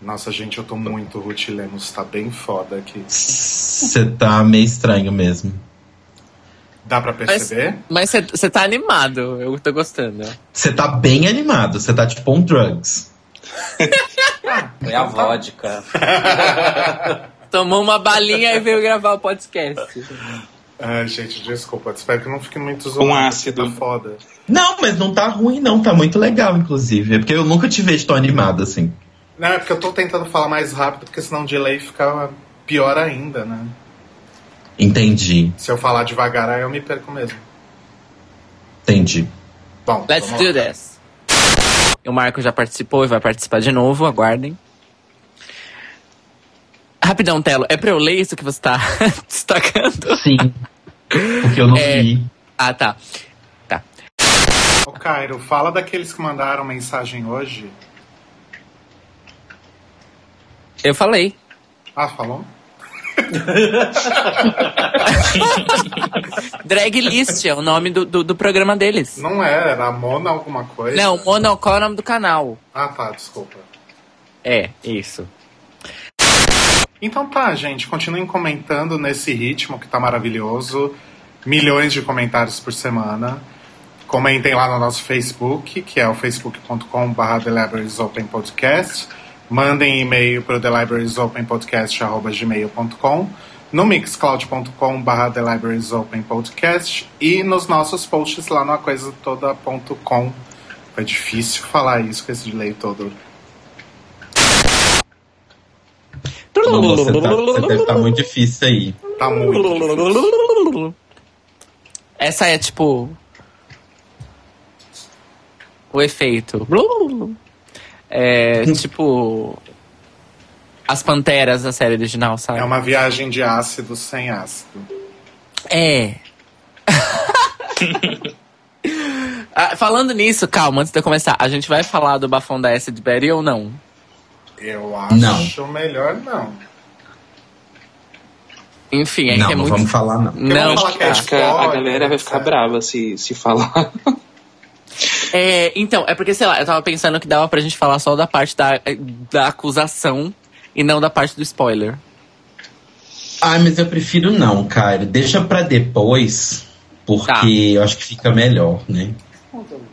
Nossa, gente, eu tô muito Ruth Lemos, tá bem foda aqui. Você tá meio estranho mesmo. Dá pra perceber? Mas você tá animado, eu tô gostando. Você tá bem animado, você tá tipo on drugs. Ah, É a vodka. Tomou uma balinha e veio gravar o podcast. Ai, Ah, gente, desculpa. Espero que não fique muito Com zoado. ácido. Tá foda. Não, mas não tá ruim, não. Tá muito legal, inclusive. É porque eu nunca te vejo tão animado assim. Não, é porque eu tô tentando falar mais rápido, porque senão o delay fica pior ainda, né? Entendi, Se eu falar devagar, aí eu me perco mesmo. entendi. Bom, Let's vamos do lá. this. O Marco já participou e vai participar de novo, aguardem. Rapidão, Telo, é pra eu ler isso que você tá destacando? Sim. Porque eu não É. vi. Ah, tá. Ô, Cairo, fala daqueles que mandaram mensagem hoje. Eu falei. Ah, falou? Drag List é o nome do, do, do programa deles. Não é, era Mona alguma coisa? Não, Monocó é o nome do canal. Ah, tá, desculpa. É, isso. Então tá, gente, continuem comentando nesse ritmo que tá maravilhoso. Milhões de comentários por semana. Comentem lá no nosso Facebook, que é o facebook.com.br The Libraries Open Podcast. Mandem e-mail para o thelibrariesopenpodcast.gmail.com no mixcloud.com.br The Libraries Open Podcast e nos nossos posts lá no acoisatoda.com. Foi difícil falar isso com esse delay todo. Não, você, tá, você deve estar muito difícil aí. Tá muito difícil. Essa é tipo. O efeito. É tipo. As panteras da série original, sabe? É uma viagem de ácido sem ácido. É. Ah, Falando nisso, calma, antes de eu começar, a gente vai falar do bafão da Acid Berry ou não? Eu acho melhor não. Enfim, é não, que é não muito. vamos falar, não. Não, vamos falar que é cara. Acho que a, a galera vai ficar brava se, se falar. É, então, é porque, sei lá, eu tava pensando que dava pra gente falar só da parte da, eh, da acusação e não da parte do spoiler. Ai, mas eu prefiro não, cara. Deixa pra depois, porque Tá. eu acho que fica melhor, né?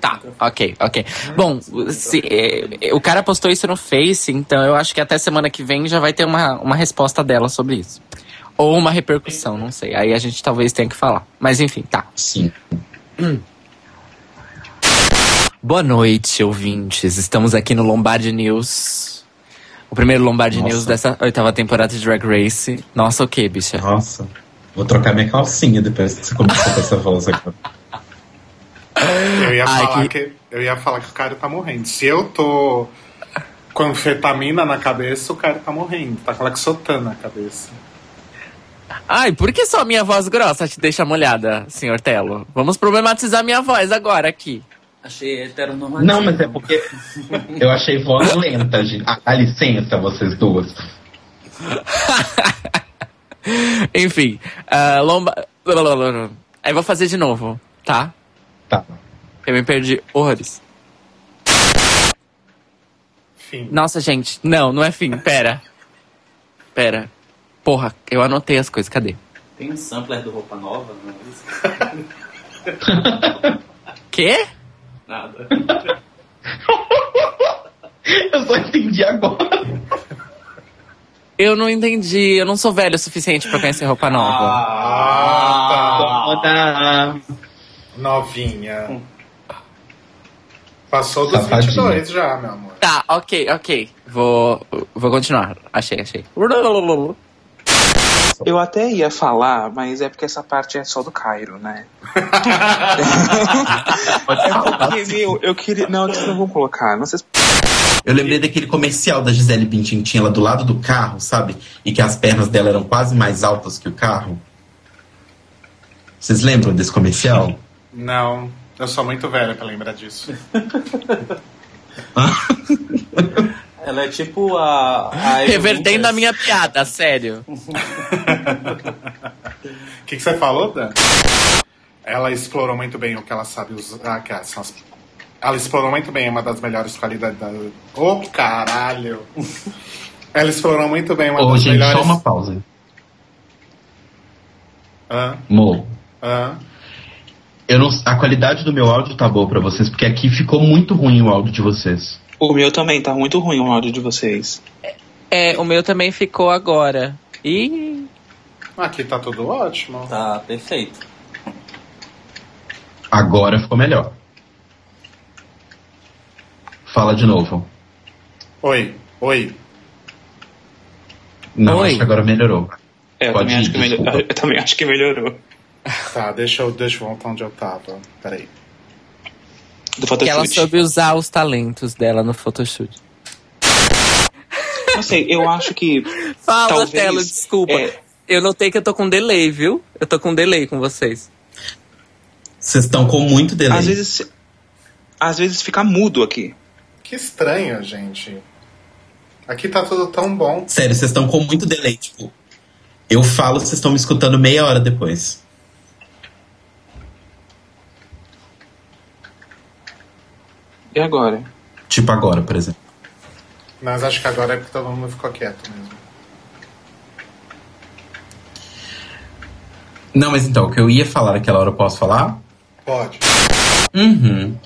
Tá, ok, ok. Bom, se, é, é, o cara postou isso no Face, então eu acho que até semana que vem já vai ter uma, uma resposta dela sobre isso. Ou uma repercussão, não sei. Aí a gente talvez tenha que falar. Mas enfim, tá. Sim. Boa noite, ouvintes. Estamos aqui no Lombard News. O primeiro Lombard Nossa. News dessa oitava temporada de Drag Race. Nossa, o que, bicha? Nossa. Vou trocar minha calcinha depois que você começou com essa voz agora. Eu ia, Ai, falar Ah, é que... eu ia falar que o cara tá morrendo. Se eu tô com anfetamina na cabeça, o cara tá morrendo. Tá com laxotana na cabeça. Ai, por que só minha voz grossa te deixa molhada, senhor Telo? Vamos problematizar minha voz agora aqui. Achei heteronormativo. Não, mas é porque eu achei voz lenta, gente. Ah, dá licença, vocês duas. Enfim, ah, lomba. Aí vou fazer de novo, tá? Tá. Eu me perdi horrores. Fim. Nossa, gente, não, não é fim. Pera. Pera. Porra, eu anotei as coisas, cadê? Tem um sampler do Roupa Nova? Não é isso? Quê? Nada. Eu só entendi agora. Eu não entendi, eu não sou velho o suficiente pra conhecer roupa nova. Ah, tá. Toda- Novinha. Passou dos Safadinha. 22 já, meu amor. Tá, ok, ok. Vou, vou continuar. Achei, achei. Eu até ia falar, mas é porque essa parte é só do Cairo, né? Mas eu, eu queria. Não, eles não vão colocar. Não sei se... Eu lembrei daquele comercial da Gisele Bündchen, tinha ela do lado do carro, sabe? E que as pernas dela eram quase mais altas que o carro. Vocês lembram desse comercial? Não, eu sou muito velha pra lembrar disso. Ela é tipo a. a É Revertendo Lucas. a minha piada, sério. O que, que você falou, Dan? Ela explorou muito bem o que ela sabe usar, que são ah, as Ela explorou muito bem é uma das melhores qualidades da. Ô, caralho! Ela explorou muito bem uma Ô, das gente, melhores. só uma pausa. Hã? Mo, Hã? eu não, a qualidade do meu áudio tá boa pra vocês, porque aqui ficou muito ruim o áudio de vocês. O meu também tá muito ruim o áudio de vocês. É, o meu também ficou agora. E Aqui tá tudo ótimo. Tá perfeito. Agora ficou melhor. Fala de novo. Oi, oi. Não, Oi. acho que agora melhorou. É, eu Pode ir, também, acho que melho- desculpa. eu também acho que melhorou. Tá, deixa eu, deixa eu voltar onde eu tava. Peraí. Do que ela Photoshoot. soube usar os talentos dela no photoshoot. Não sei, eu acho que. Fala, Talvez, Telo, desculpa. é. Eu notei que eu tô com delay, viu? Eu tô com delay com vocês. Vocês estão com muito delay. Às vezes. Às vezes fica mudo aqui. Que estranho, gente. Aqui tá tudo tão bom. Sério, vocês estão com muito delay. Tipo, eu falo, vocês estão me escutando meia hora depois. E agora? Tipo agora, por exemplo. Mas acho que agora é porque todo mundo ficou quieto mesmo. Não, mas então, o que eu ia falar naquela hora, eu posso falar? Pode. Uhum.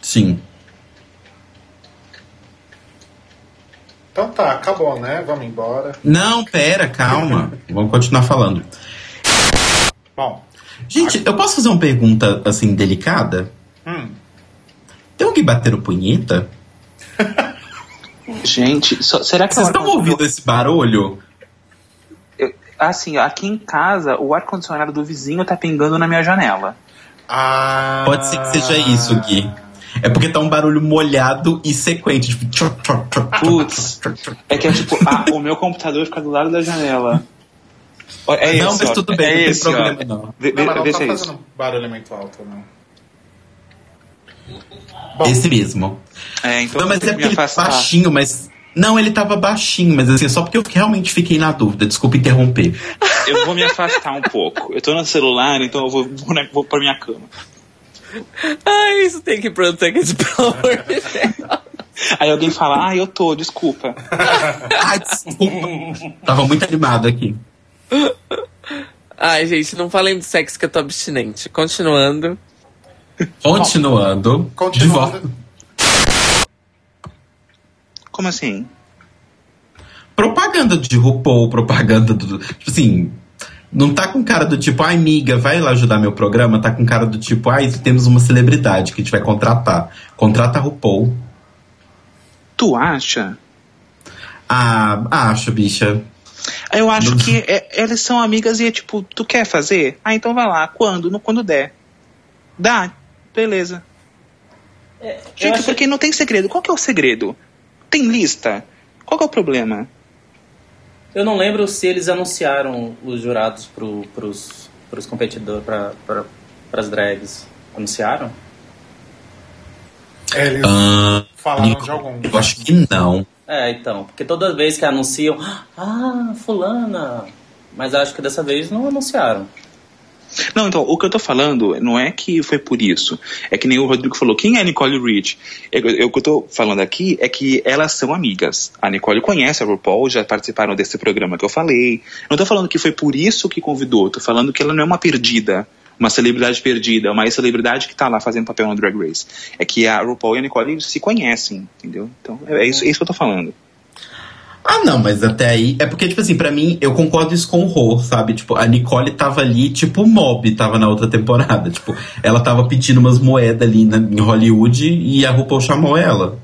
Sim. Então tá, acabou, né? Vamos embora. Não, pera, calma. Vamos continuar falando. Bom, Gente, eu posso fazer uma pergunta, assim, delicada? hum, Tem alguém batendo punheta? É. Gente, só- será que. Vocês o ar- estão ouvindo esse barulho? Assim, ó, aqui em casa, o ar-condicionado do vizinho tá pingando na minha janela. ah... Pode ser que seja isso, Gui. É porque tá um barulho molhado e sequente. Tipo, tchoc, tchoc, tchoc, tchoc, Putz. tchoc, tchoc. É que é tipo, ah, o meu computador fica do lado da janela. Ó, É não, esse, mas ó, tudo é bem, não tem esse, ó. problema não. Vê, Não, vê- mas não vê tá se é fazendo isso. barulho muito alto, não. Bom, Esse mesmo. É, então Não, eu mas tenho é que porque me ele tá afastar. baixinho, mas. Não, ele tava baixinho, mas assim, só porque eu realmente fiquei na dúvida. Desculpa interromper. Eu vou me afastar um pouco. Eu tô no celular, então eu vou, vou, na- vou pra minha cama. Ai, isso tem que proteger esse pelo amor de Deus. Aí alguém fala, ah, eu tô, desculpa. Ai, Ah, desculpa. tava muito animado aqui. Ai, gente, não falem de sexo que eu tô abstinente. Continuando. Continuando. De volta. continuando. Como assim? Propaganda de RuPaul, propaganda do. Tipo assim. Não tá com cara do tipo, ai, amiga, vai lá ajudar meu programa. Tá com cara do tipo, ai, temos uma celebridade que a gente vai contratar. Contrata a RuPaul. Tu acha? Ah, acho, bicha. Eu acho Não. que é- elas são amigas e é tipo, tu quer fazer? Ah, então vai lá. Quando? No, quando der. Dá, beleza. Gente, achei- porque não tem segredo. Qual que é o segredo? Tem lista. Qual que é o problema? Eu não lembro se eles anunciaram os jurados pro, pros, pros competidores, pra, pra, pras drags. Anunciaram? É, Eles Ah, falaram de algum. eu acho que não. É, então. Porque toda vez que anunciam, ah, fulana. Mas acho que dessa vez não anunciaram. Não, então, o que eu tô falando não é que foi por isso. É que nem o Rodrigo falou, quem é a Nicole Reed? Eu- eu- O que eu tô falando aqui é que elas são amigas. A Nicole conhece a RuPaul, já participaram desse programa que eu falei. Não tô falando que foi por isso que convidou, tô falando que ela não é uma perdida, uma celebridade perdida, uma celebridade que tá lá fazendo papel no Drag Race. É que a RuPaul e a Nicole se conhecem, entendeu? Então, é, é isso, é isso que eu tô falando. Ah, não, mas até aí. É porque, tipo assim, pra mim, eu concordo isso com o Rô, sabe? Tipo, a Nicole tava ali, tipo, o Mob tava na outra temporada. Tipo, ela tava pedindo umas moedas ali na- em Hollywood e a RuPaul chamou ela.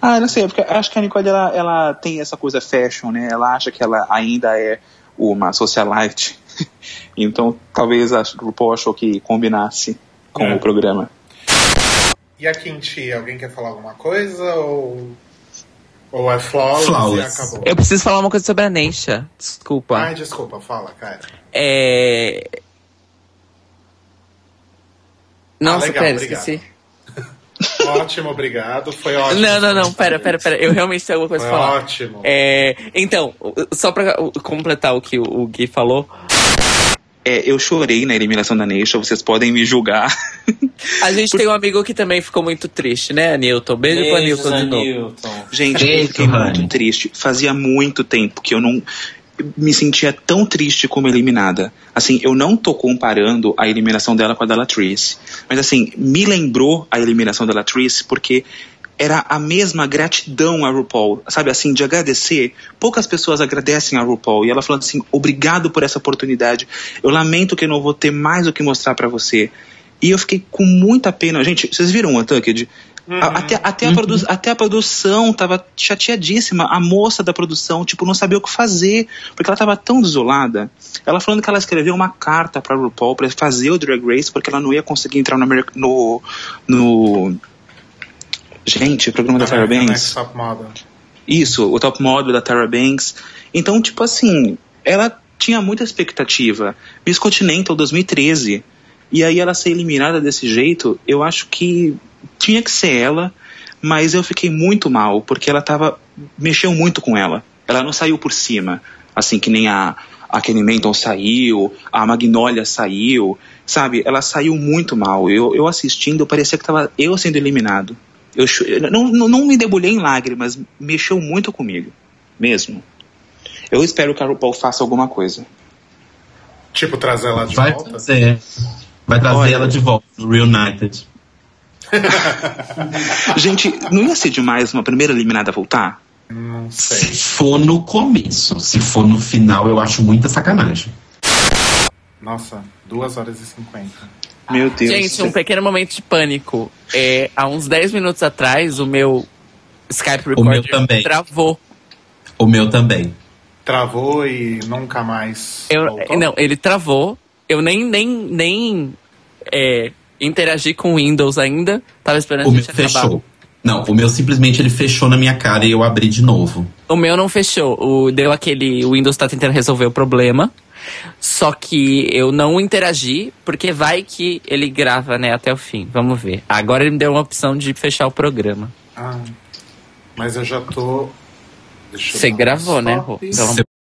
Ah, não sei, porque acho que a Nicole ela, ela tem essa coisa fashion, né? Ela acha que ela ainda é uma socialite. Então, talvez a RuPaul achou que combinasse com É. o programa. E a Quinti, alguém quer falar alguma coisa? Ou, ou é flawless, Flawless. e acabou? Eu preciso falar uma coisa sobre a Neisha. Desculpa. Ai, desculpa, fala, cara. É. Nossa, legal, pera, obrigado. esqueci. Ótimo, obrigado. Foi ótimo. Não, não, não, pera, pera, pera. Eu realmente tenho alguma coisa Foi pra falar. ótimo. É, então, só pra uh, completar o que o o Gui falou, É, eu chorei na eliminação da Neisha, vocês podem me julgar. A gente tem um amigo que também ficou muito triste, né, Newton? Beijo, pra Newton de novo. Gente, eu Beijo, fiquei muito Rani. triste. Fazia muito tempo que eu não me sentia tão triste como eliminada. Assim, eu não tô comparando a eliminação dela com a da Latrice, mas assim, me lembrou a eliminação da Latrice porque era a mesma gratidão a RuPaul, sabe assim, de agradecer. Poucas pessoas agradecem a RuPaul e ela falando assim: "Obrigado por essa oportunidade. Eu lamento que eu não vou ter mais o que mostrar pra você." E eu fiquei com muita pena. Gente, vocês viram o Untucked? A- Uhum. Até, até, a produ- até a produção tava chateadíssima. A moça da produção, tipo, não sabia o que fazer. Porque ela tava tão desolada. Ela falando que ela escreveu uma carta pra RuPaul pra fazer o Drag Race, porque ela não ia conseguir entrar no. Ameri- no, no- Gente, o programa da Tara Next Banks. Top Model. Isso, o top model da Tara Banks. Então, tipo assim, ela tinha muita expectativa. Miss Continental 2013. E aí ela ser eliminada desse jeito, eu acho que tinha que ser ela, mas eu fiquei muito mal, porque ela tava. mexeu muito com ela. Ela não saiu por cima. Assim que nem a, a Kenny Menton saiu, a Magnolia saiu. Sabe, ela saiu muito mal. Eu, eu assistindo, parecia que tava eu sendo eliminado. Eu, cho- eu não, não, não me debulhei em lágrimas, mexeu muito comigo. Mesmo. Eu espero que a RuPaul faça alguma coisa. Tipo, trazer ela de Vai volta. trazer. Vai trazer Olha. ela de volta no Reunited. Gente, não ia ser demais uma primeira eliminada voltar? Não Se sei. for no começo, se for no final, eu acho muita sacanagem. Nossa, 2 horas e 50. Meu Deus. Gente, um pequeno momento de pânico. É, há uns 10 minutos atrás, o meu Skype meu recorder também. travou. O meu também. Travou e nunca mais. Eu, é, voltou? não, ele travou. Eu nem, nem, nem é, interagi com o Windows ainda. Tava esperando o a meu gente acabar. fechou. Não, o meu simplesmente ele fechou na minha cara e eu abri de novo. O meu não fechou. O, deu aquele. O Windows tá tentando resolver o problema. Só que eu não interagi, porque vai que ele grava, né, até o fim. Vamos ver. Agora ele me deu uma opção de fechar o programa. Ah, mas eu já tô. Deixa eu Você dar um gravou, né, stop. Rô? Então- Você